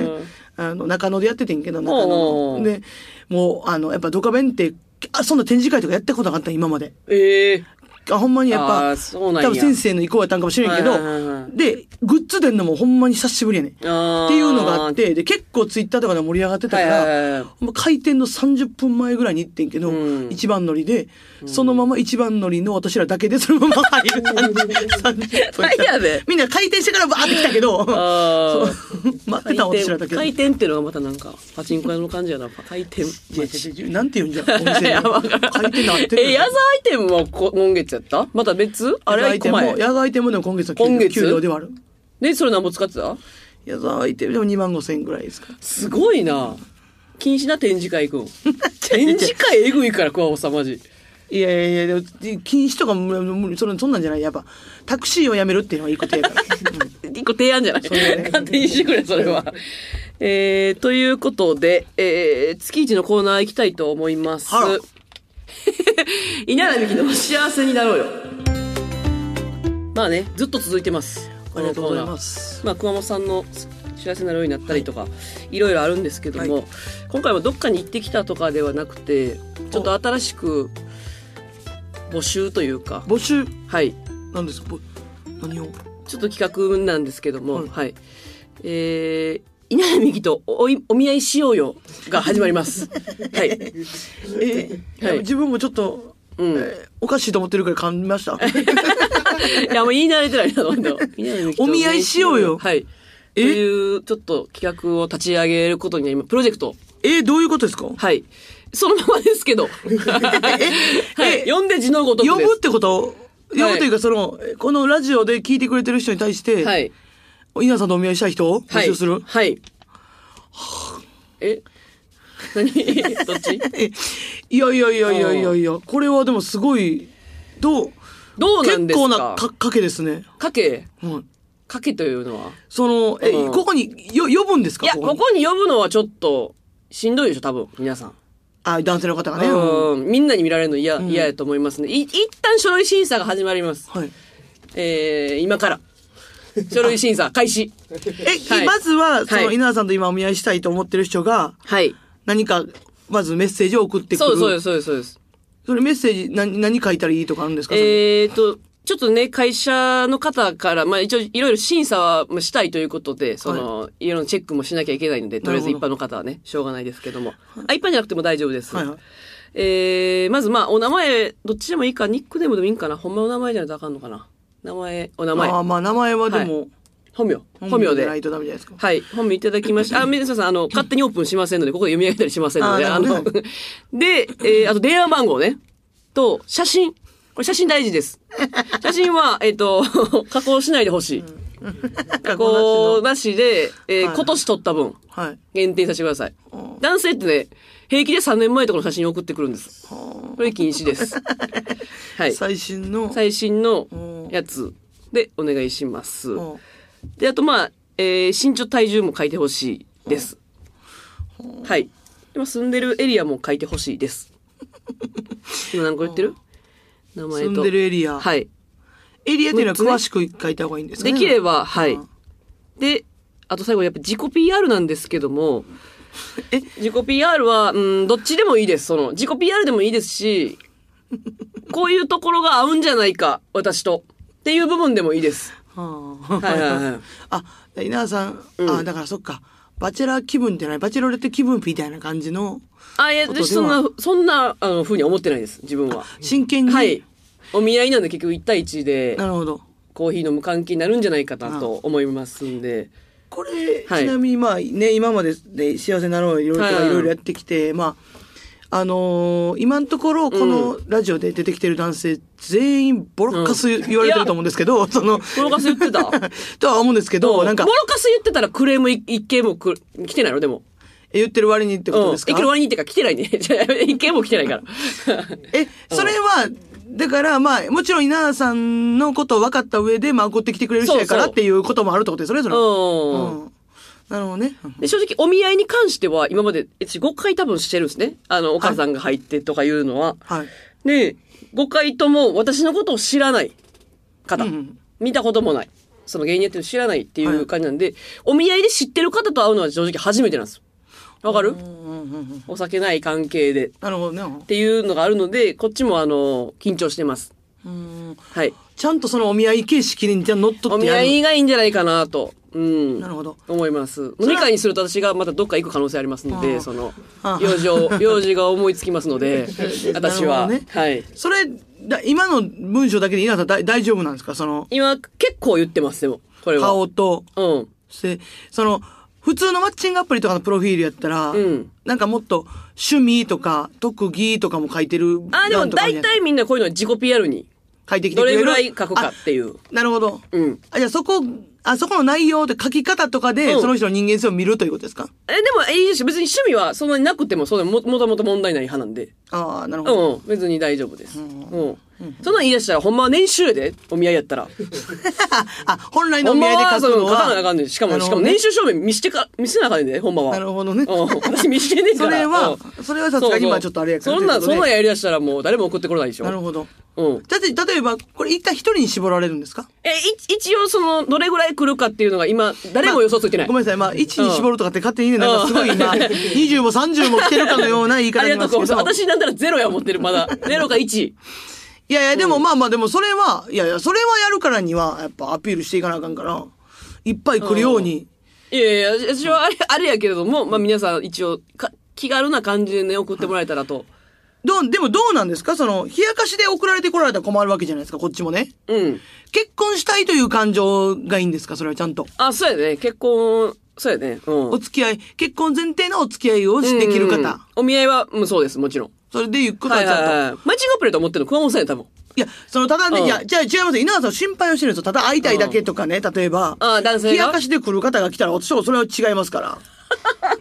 Speaker 2: あの中野でやっててんけど
Speaker 4: お
Speaker 2: 中
Speaker 4: うおうお
Speaker 2: 野
Speaker 4: う
Speaker 2: でもうあのやっぱドカ弁ってあそんな展示会とかやったことなかった今まで
Speaker 4: ええ
Speaker 2: あほんまにやっ
Speaker 4: あ
Speaker 2: ぱ
Speaker 4: ーそうなんや
Speaker 2: 多分先生の意向やったんかもしれんけど、
Speaker 4: はいはいはいは
Speaker 2: でグッズ出んのもほんまに久しぶりやねんって
Speaker 4: あー
Speaker 2: いうのがあってで結構ツイッターとかで盛り上がってたから、
Speaker 4: はいはいはいはい
Speaker 2: ほんま開店の30分前ぐらいに行ってんけど、
Speaker 4: うん
Speaker 2: 一番乗りで、そのまま一番乗りの私らだけでそのまま入る感じ30分
Speaker 4: 何やねん
Speaker 2: みんな開店してからバーって来たけど
Speaker 4: あー
Speaker 2: そう待ってた
Speaker 4: 回
Speaker 2: 私らだ
Speaker 4: 転
Speaker 2: け
Speaker 4: 回転っていうのがまたなんか、パチンコ屋の感じやな。回転待ち。
Speaker 2: なんて言うんじゃん、お店
Speaker 4: いやわ
Speaker 2: の。
Speaker 4: からん
Speaker 2: 回転なってる。
Speaker 4: え、矢沢アイテムはこ今月やったまた別あれは
Speaker 2: ア
Speaker 4: 一
Speaker 2: イ
Speaker 4: 個
Speaker 2: テムも、
Speaker 4: 前
Speaker 2: 矢。沢アイテムでも今月の給料
Speaker 4: 今月
Speaker 2: 給料ではある。
Speaker 4: で、それ何も使ってた
Speaker 2: 矢沢アイテムでも2万5千円ぐらいですか。
Speaker 4: す ごいな。禁止な展示会行くん。展示会えぐいから、桑尾さんマジ。
Speaker 2: いやいやいや、禁止とかも無理、それそんなんじゃない。やっぱ、タクシーをやめるっていうのがいいことやから。うん
Speaker 4: 一個提案じゃない。
Speaker 2: そうだね
Speaker 4: 勝手にしてくれ、それは。えー、ということで、えー、月一のコーナー行きたいと思います
Speaker 2: あら。
Speaker 4: 稲原美希の幸せになろうよ。まあね、ずっと続いてます。。
Speaker 2: ありがとうございますす。
Speaker 4: まあ、熊本さんの幸せになろうになったりとか、い、ろいろあるんですけども、
Speaker 2: はい
Speaker 4: 今回はどっかに行ってきたとかではなくて、ちょっと新しく募集というか、
Speaker 2: 募集、
Speaker 4: はい、
Speaker 2: なんですかぼ何を
Speaker 4: ちょっと企画なんですけども、は。
Speaker 2: はいい
Speaker 4: えー、稲田美希とおいお見合いしようよが始ま ります。はい。
Speaker 2: えー
Speaker 4: はい
Speaker 2: 自分もちょっと、
Speaker 4: うん
Speaker 2: えーおかしいと思ってるから噛みました。
Speaker 4: いや、もう言い慣れてないな、本当。稲田美希と
Speaker 2: お見合いしようよ
Speaker 4: はい。と
Speaker 2: え
Speaker 4: いう、ちょっと企画を立ち上げることになります。プロジェクト。
Speaker 2: えーどういうことですか
Speaker 4: はい。そのままです けど。はい。
Speaker 2: え
Speaker 4: 読んで字のごとくです。
Speaker 2: 呼ぶってこと呼ぶというか、その、えーこのラジオで聞いてくれてる人に対して、
Speaker 4: はい。
Speaker 2: 稲田さんとお見合いしたい人を募
Speaker 4: はい。
Speaker 2: 集する、
Speaker 4: はい。え何 どっち
Speaker 2: えいやいやいやいやいやいや、これはでもすごい、どう
Speaker 4: どうな
Speaker 2: 結
Speaker 4: んですか
Speaker 2: 構なかかけですね。
Speaker 4: かけ、
Speaker 2: はい。
Speaker 4: かけというのは
Speaker 2: その、え、
Speaker 4: うん
Speaker 2: ここによ呼ぶんですか
Speaker 4: いや、こ
Speaker 2: に
Speaker 4: こに呼ぶのはちょっと、しんどいでしょ、多分、皆さん。
Speaker 2: あ、男性の方がね。うん
Speaker 4: うん、みんなに見られるの嫌、嫌やと思いますね。い一旦書類審査が始まります。
Speaker 2: はい。
Speaker 4: えー、今から。書類審査開始。
Speaker 2: え、
Speaker 4: はい
Speaker 2: まずは、そ
Speaker 4: は
Speaker 2: の、
Speaker 4: い
Speaker 2: 稲田さんと今お見合いしたいと思ってる人が、
Speaker 4: はい。
Speaker 2: 何か、まずメッセージを送ってくる。
Speaker 4: そうそうです、そうです、そうです。
Speaker 2: それメッセージ、何、何書いたらいいとかあるんですか、
Speaker 4: えーと、ちょっとね、会社の方から、まあ一応いろいろ審査はまあしたいということで、その、い、ろいろチェックもしなきゃいけないので、とりあえず
Speaker 2: な
Speaker 4: 一
Speaker 2: るほど
Speaker 4: 般の方はね、しょうがないですけども。あ、一般じゃなくても大丈夫です。
Speaker 2: はいはい
Speaker 4: えー、まずまあお名前、どっちでもいいか、ニックネームでもいいんかな。ほんまお名前じゃないとあかんのかな。名前、お名
Speaker 2: その
Speaker 4: 前。
Speaker 2: あーまあ、名前はでも、
Speaker 4: 本名。本名
Speaker 2: じ
Speaker 4: で。
Speaker 2: ゃないとダメじゃないですか。
Speaker 4: はい。本名いただきました。あ、皆さん、あの、勝手にオープンしませんので、ここで読み上げたりしませんので、
Speaker 2: あ
Speaker 4: あ
Speaker 2: なるほ
Speaker 4: の
Speaker 2: ど、
Speaker 4: で、えーあと電話番号ね。と、写真。これ写真大事です。写真は、えっ、と、 加工しないでほしい。加
Speaker 2: 加
Speaker 4: 工
Speaker 2: 工
Speaker 4: なしで、えー
Speaker 2: はい
Speaker 4: 今年撮った分、
Speaker 2: はい。
Speaker 4: 限定させてください。男性ってね、平気で3年前とかの写真を送ってくるんです。これ禁 止です。はい。
Speaker 2: 最新の、
Speaker 4: 最新の
Speaker 2: うん
Speaker 4: やつでお願いします。
Speaker 2: うん
Speaker 4: で、あとまあ、えー身長体重も書いてほしいです。はい。今住んでるエリアも書いてほしいです。今何個言ってる名前と。
Speaker 2: 住んでるエリア
Speaker 4: はい。
Speaker 2: エリアっていうのは
Speaker 4: 六つね
Speaker 2: 詳しく書いた方がいいんですか
Speaker 4: で
Speaker 2: ね。
Speaker 4: きれば、はい
Speaker 2: ん。
Speaker 4: で、あと最後、やっぱ自己 PR なんですけども、え自己 PR は、うん、どっちでもいいです。その、自己 PR でもいいですし、こういうところが合うんじゃないか、私と。っていう部分でもいいです。
Speaker 2: は
Speaker 4: はいはいはい。
Speaker 2: あ、稲田さん、あ、だからそっか。バチェラー気分じゃない、バチェロレッテ気分みたいな感じの、
Speaker 4: あ、いや、
Speaker 2: ことでは
Speaker 4: 私そんな、そんな、あの、ふうには思ってないです、自分は。
Speaker 2: 真剣に。
Speaker 4: はい。お見合いなんで結局1対1で
Speaker 2: な、るほど。
Speaker 4: コーヒー飲む関係になるんじゃないかなと思いますんで。
Speaker 2: これ、
Speaker 4: はい
Speaker 2: ちなみにまあね、今までで幸せになろういろいろ
Speaker 4: はい
Speaker 2: と
Speaker 4: はい
Speaker 2: いろいろやってきて、まあ、あのー今のところ、このラジオで出てきてる男性、全員ボロッカス言われてると思うんですけど、その、
Speaker 4: ボロカス言ってた
Speaker 2: とは思うんですけど、なんか
Speaker 4: ボ、ロカス言ってたらクレーム一件もく来てないのでも。
Speaker 2: 言ってる割にってことですか、
Speaker 4: うん。一件割にっていうか来てないね。 じゃあ一件も来 てないから。
Speaker 2: え、それは、だからまあ、もちろん稲田さんのことを分かった上で、まあ、怒ってきてくれる人やか
Speaker 4: そう
Speaker 2: ら
Speaker 4: そう
Speaker 2: っていうこともあるってことですよね、それは。
Speaker 4: う。
Speaker 2: うんんなるほどね。うん
Speaker 4: で、正直、お見合いに関しては、今まで、私5回多分してるんですね。あの、お母さんが入ってとかいうのは。
Speaker 2: はい。
Speaker 4: で、5回とも私のことを知らない方、
Speaker 2: うんうん
Speaker 4: 見たこともない、その芸人やってるの知らないっていう感じなんで、お見合いで知ってる方と会うのは正直初めてなんですよ。わかるお酒ない関係でっ
Speaker 2: なるほどね。
Speaker 4: ていうのがあるので、こっちもあの、緊張してます。
Speaker 2: うん
Speaker 4: はい。
Speaker 2: ちゃんとそのお見合い形式にじゃあ乗っ取
Speaker 4: お
Speaker 2: って
Speaker 4: 見
Speaker 2: や
Speaker 4: 合
Speaker 2: る。
Speaker 4: いがいいんじゃないかなと。うん。
Speaker 2: なるほど。
Speaker 4: 思います。
Speaker 2: れは
Speaker 4: 2回にすると私がまたどっか行く可能性ありますの
Speaker 2: あ
Speaker 4: で、
Speaker 2: あ
Speaker 4: その
Speaker 2: あ、あ、
Speaker 4: 用事を、用事が思いつきますので 私は。
Speaker 2: なるほどね
Speaker 4: はい。
Speaker 2: それ、だ今の文章だけで稲田さん大大丈夫なんですかその、
Speaker 4: 今、結構言ってます、でも、これは。
Speaker 2: 顔と、
Speaker 4: うん。
Speaker 2: せその、普通のマッチングアプリとかのプロフィールやったら、
Speaker 4: ん
Speaker 2: なんかもっと趣味とか特技とかも書いてる。
Speaker 4: あ、でも
Speaker 2: 欄とかあるじ
Speaker 4: 大
Speaker 2: ゃない
Speaker 4: 体みんなこういうのは自己 PR に。
Speaker 2: 書いてきて
Speaker 4: ど
Speaker 2: くれ
Speaker 4: れ
Speaker 2: る。
Speaker 4: ぐらい書くか
Speaker 2: あ
Speaker 4: っていう。
Speaker 2: なるほど。
Speaker 4: うん。
Speaker 2: あ、じゃあそこ、あそこの内容って書き方とかで、
Speaker 4: うん
Speaker 2: その人の人間性を見るということですか
Speaker 4: え、でも、え、いいですよ別に趣味はそんなになくても、そうでも、もともと問題ない派なんで。
Speaker 2: ああ、なるほ
Speaker 4: う
Speaker 2: ど。
Speaker 4: ん、うん別に大丈夫です。うん。そんなん言い出したら、ほんまは年収やで、お見合いやったら。
Speaker 2: あ、本来の
Speaker 4: ほ
Speaker 2: お
Speaker 4: ん
Speaker 2: 見
Speaker 4: ま
Speaker 2: 合いで
Speaker 4: は、
Speaker 2: 書
Speaker 4: そ
Speaker 2: く
Speaker 4: の、
Speaker 2: の
Speaker 4: 書かなあ
Speaker 2: は。
Speaker 4: かんねん。しか
Speaker 2: な
Speaker 4: も、
Speaker 2: る
Speaker 4: し
Speaker 2: ほ
Speaker 4: か
Speaker 2: ど
Speaker 4: も
Speaker 2: ね
Speaker 4: 年収証明見してか、見せなあかんねんで、ほんまは。
Speaker 2: なるほどね
Speaker 4: うん。私見してんねんから。
Speaker 2: それは
Speaker 4: うん
Speaker 2: それはさすがにまあちょっとあれやから
Speaker 4: そうそうそ
Speaker 2: と
Speaker 4: んなん、
Speaker 2: いうことで
Speaker 4: そんなんやりだしたらもう誰も送ってこれないでしょ。
Speaker 2: なるほど。
Speaker 4: うん。
Speaker 2: だって、例えば、これ一体一人に絞られるんですか
Speaker 4: え、い一応その、どれぐらい来るかっていうのが今、誰も予想ついてない。
Speaker 2: ごめんなさい。まあ、1に絞るとかって勝手にね、なんかすごい今、20も30も来てるかのような言い 方
Speaker 4: あり
Speaker 2: に
Speaker 4: が
Speaker 2: な
Speaker 4: と
Speaker 2: ります
Speaker 4: うご
Speaker 2: け
Speaker 4: ざい
Speaker 2: ど。
Speaker 4: ます。私なんたらゼロや思ってる、まだ。ゼロか1。
Speaker 2: いやいや、でもまあまあ、でもそれは、いやいや、それはやるからには、やっぱアピールしていかなあかんから、いっぱい来るように。
Speaker 4: いやいや、私はあれ、あれやけれども、まあ皆さん一応、か気軽な感じでね、送ってもらえたらと。
Speaker 2: どう、でもどうなんですかその、冷やかしで送られてこられたら困るわけじゃないですか、こっちもね。
Speaker 4: うん。
Speaker 2: 結婚したいという感情がいいんですかそれはちゃんと。
Speaker 4: あ、そうやね。結婚、そうやね。うん。
Speaker 2: お付き合い、結婚前提のお付き合いをしできる
Speaker 4: うん
Speaker 2: 方。
Speaker 4: お見合いは、うん、そうです、もちろん。
Speaker 2: それで行くこと
Speaker 4: は
Speaker 2: はち
Speaker 4: い
Speaker 2: ゃんと。
Speaker 4: はいはい。マッチングアプリだと思ってるの、熊本さんや、多分。
Speaker 2: いや、その、ただね、
Speaker 4: うん
Speaker 2: いや、じゃあ違いますよ。稲葉さん心配をしてるんですよ。ただ会いたいだけとかね、例えば。
Speaker 4: あ男性が
Speaker 2: 冷やかしで来る方が来たら、私はそれは違いますから。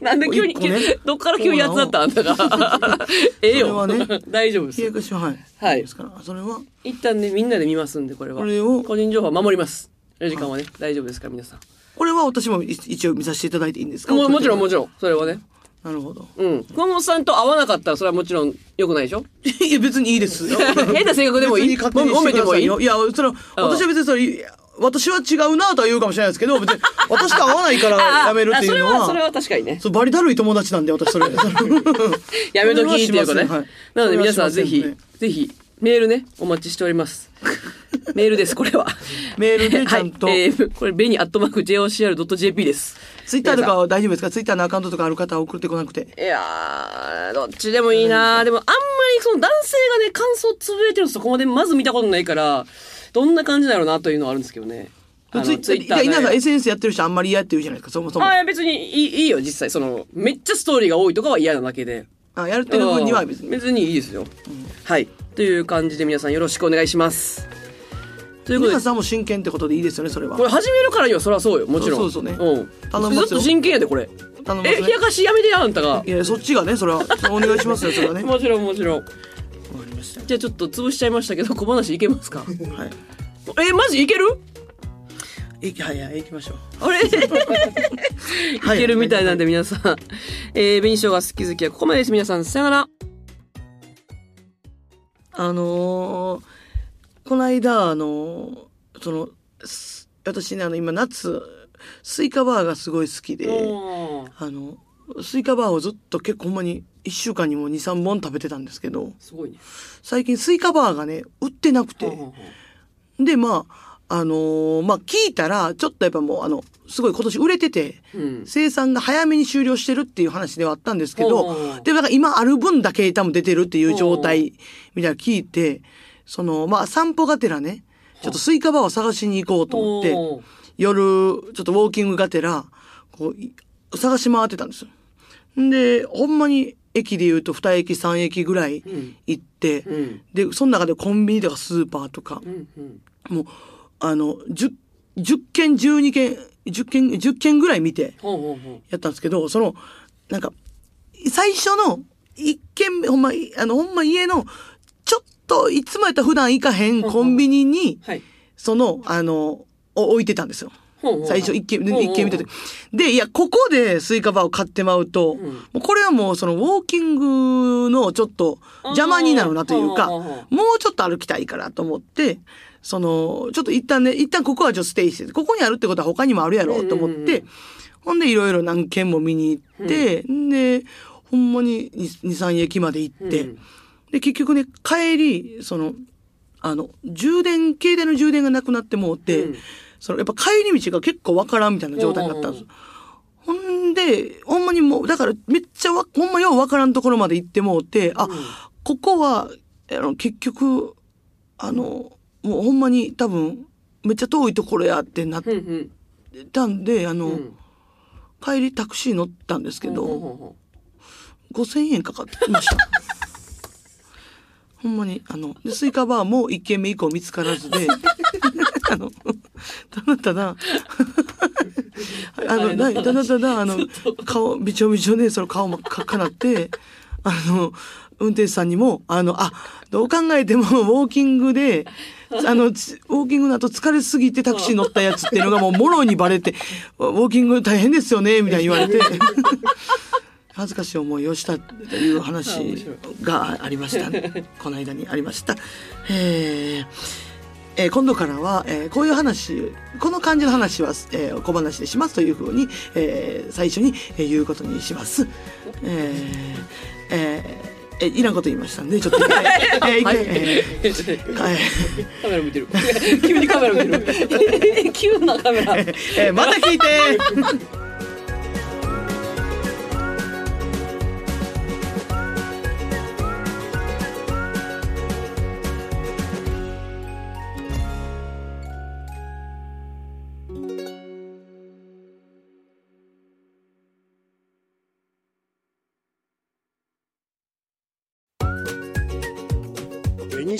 Speaker 4: なんで急に、
Speaker 2: 一個ね
Speaker 4: どっから急にやつだったあんた が。ええよ。
Speaker 2: それは
Speaker 4: 大丈夫で
Speaker 2: 冷や
Speaker 4: す。
Speaker 2: かしは、はい。
Speaker 4: はい
Speaker 2: ですから、それは。
Speaker 4: 一旦ね、みんなで見ますんで、これは。
Speaker 2: これを
Speaker 4: 個人情報は守ります。お時間はね、大丈夫ですから、皆さん。
Speaker 2: これは私もい一応見させていただいていいんですか
Speaker 4: ももちろん、
Speaker 2: 送っ
Speaker 4: もちろん。それはね。
Speaker 2: てなるほど。
Speaker 4: うん。熊本さんと会わなかったら、それはもちろん良くないでしょ
Speaker 2: いや、別にいいですよ。
Speaker 4: 変な性格でもいい
Speaker 2: 別に勝手にしてくださよ
Speaker 4: も
Speaker 2: いや、その、私は別にそれ、いや私は違うなとは言うかもしれないですけど、別に、私と合わないからやめるっていうの
Speaker 4: ああそれは、それ
Speaker 2: は、
Speaker 4: は確かにね。
Speaker 2: そうバリだるい友達なんで、私 それ。
Speaker 4: やめときっていう
Speaker 2: そ
Speaker 4: かね。
Speaker 2: れはしませんはい
Speaker 4: なので皆さん
Speaker 2: それ
Speaker 4: ぜ
Speaker 2: はしませんね
Speaker 4: ひ、ぜひ、メールね、お待ちしております。 メールです、これは。
Speaker 2: メールでちゃんと
Speaker 4: はい、えー、これ、ベニアットマーク JOCR.jp です。
Speaker 2: ツイッターとかは大丈夫ですかツイッターのアカウントとかある方は送ってこなくて。
Speaker 4: いやー、どっちでもいいなー。でも、あんまりその男性がね、感想つぶやいてるのそこまでまず見たことないから、どんな感じだろうなというのはあるんですけどね。あの
Speaker 2: ツイッター、いや、稲
Speaker 4: ね
Speaker 2: 田さん SNS やってる人あんまり嫌って言うじゃないですか、そもそも。
Speaker 4: あー別にいいいいよ、実際。その、めっちゃストーリーが多いとかは嫌なだけで。
Speaker 2: あやってる分には別
Speaker 4: う
Speaker 2: に
Speaker 4: ん。別にいいですよ、はいという感じで皆さんよろしくお願いしますというこ
Speaker 2: 稲
Speaker 4: とで
Speaker 2: 田さんも真剣ってことでいいですよね、それは
Speaker 4: こ。れ始めるからにはそりゃそうよもちろん
Speaker 2: そうそうそうね頼
Speaker 4: うん、
Speaker 2: みますよ
Speaker 4: ずっと真剣やでこれ
Speaker 2: 頼みます
Speaker 4: え
Speaker 2: ね
Speaker 4: 冷やかしやめてやあんたが
Speaker 2: いや、そっちがね、それは。それお願いしますよ、それはね。
Speaker 4: もちろんもちろん
Speaker 2: わかりました
Speaker 4: じゃあちょっと潰しちゃいましたけど小話いけますか
Speaker 2: はい。
Speaker 4: えマジいける
Speaker 2: いきはいはい、行きましょう。
Speaker 4: あれい
Speaker 2: はい
Speaker 4: けるみたいなんで皆さん、えー、紅生姜好き好きはここまでです皆さんさよなら
Speaker 2: あのーこの間、あのーその、す私ね、あの、今、夏、スイカバーがすごい好きで、
Speaker 4: おー
Speaker 2: あの、スイカバーをずっと結構ほんまに、1週間にもう2、3本食べてたんですけど、
Speaker 4: すごいね
Speaker 2: 最近スイカバーがね、売ってなくて、で、まあ、あのーまあ、聞いたら、ちょっとやっぱもう、あの、すごい今年売れてて、
Speaker 4: うん
Speaker 2: 生産が早めに終了してるっていう話ではあったんですけ
Speaker 4: おうおうお
Speaker 2: ど
Speaker 4: う、
Speaker 2: でもなんか今ある分だけ多分出てるっていう状態みたいなの聞いて、その、まあ、散歩がてらね、ちょっとスイカバーを探しに行こうと思って、
Speaker 4: おー
Speaker 2: 夜、ちょっとウォーキングがてら、こうい、探し回ってたんですよ。んで、ほんまに駅で言うと2駅3駅ぐらい行って、
Speaker 4: ん
Speaker 2: で、その中でコンビニとかスーパーとか、
Speaker 4: うんうん
Speaker 2: もう、あの、10、10件、12件、10件、10件ぐらい見て、
Speaker 4: ほうほうほう
Speaker 2: やったんですけど、その、なんか、最初の一軒目、ほんま、いあの、ほんま家の、ちょっと、いつもやったら普段行かへんコンビニに、
Speaker 4: はい
Speaker 2: その、あの、お置いてたんですよ。
Speaker 4: ほうほうほう
Speaker 2: 最初一軒、
Speaker 4: ほうほうほう
Speaker 2: 一軒見た時。で、いや、ここでスイカバーを買ってまうと、
Speaker 4: ん
Speaker 2: もうこれはもうそのウォーキングのちょっと邪魔になるなというか、
Speaker 4: うんうん
Speaker 2: も
Speaker 4: うんうん
Speaker 2: うちょっと歩きたいからと思って、その、ちょっと一旦ね、一旦ここはちょっとステイして、ここにあるってことは他にもあるやろうと思って、
Speaker 4: うんうんうん
Speaker 2: ほんでいろいろ何軒も見に行って、んで、ほんまに2、3駅まで行って、
Speaker 4: うん
Speaker 2: で、結局ね、帰り、その、あの、充電、携帯の充電がなくなってもうて、
Speaker 4: うん
Speaker 2: その、やっぱ帰り道が結構わからんみたいな状態になったんです。ほんで、ほんまにもう、だからめっちゃわ、ほんまようわからんところまで行ってもうて、あ、ここは、あの、結局、あの、もうほんまに多分、めっちゃ遠いところやってなっ
Speaker 4: うんうん
Speaker 2: たんで、あの、
Speaker 4: うん
Speaker 2: 帰りタクシー乗ったんですけど、
Speaker 4: ほうほうほう
Speaker 2: 5000円かかってました。ほんまに、あの、でスイカバーも1軒目以降見つからずで、 あの、ただただ、あ
Speaker 4: あ
Speaker 2: の、
Speaker 4: れの
Speaker 2: な
Speaker 4: 話
Speaker 2: い、ただただ、あの、顔、びちょびちょで、その顔もかっかなって、あの、運転手さんにも、あの、あ、どう考えても、ウォーキングで、あの、つウォーキングの後疲れすぎてタクシー乗ったやつっていうのがもう、もろにバレて、ウォーキング大変ですよね、みたいに言われ て、恥ずかしい思いをしたという話がありま したね。この間にありました。えーえー今度からは、えーこういう話この感じの話は、えー小話でしますというふうに、えー最初に、えー言うことにします。えーえーえーいらんこと言いましたんでちょっと、えー えー一回えーはい
Speaker 4: カメラ見てる。 急にカメラ見て る。 急なカメラ。
Speaker 2: えーまた聞いて
Speaker 1: 紅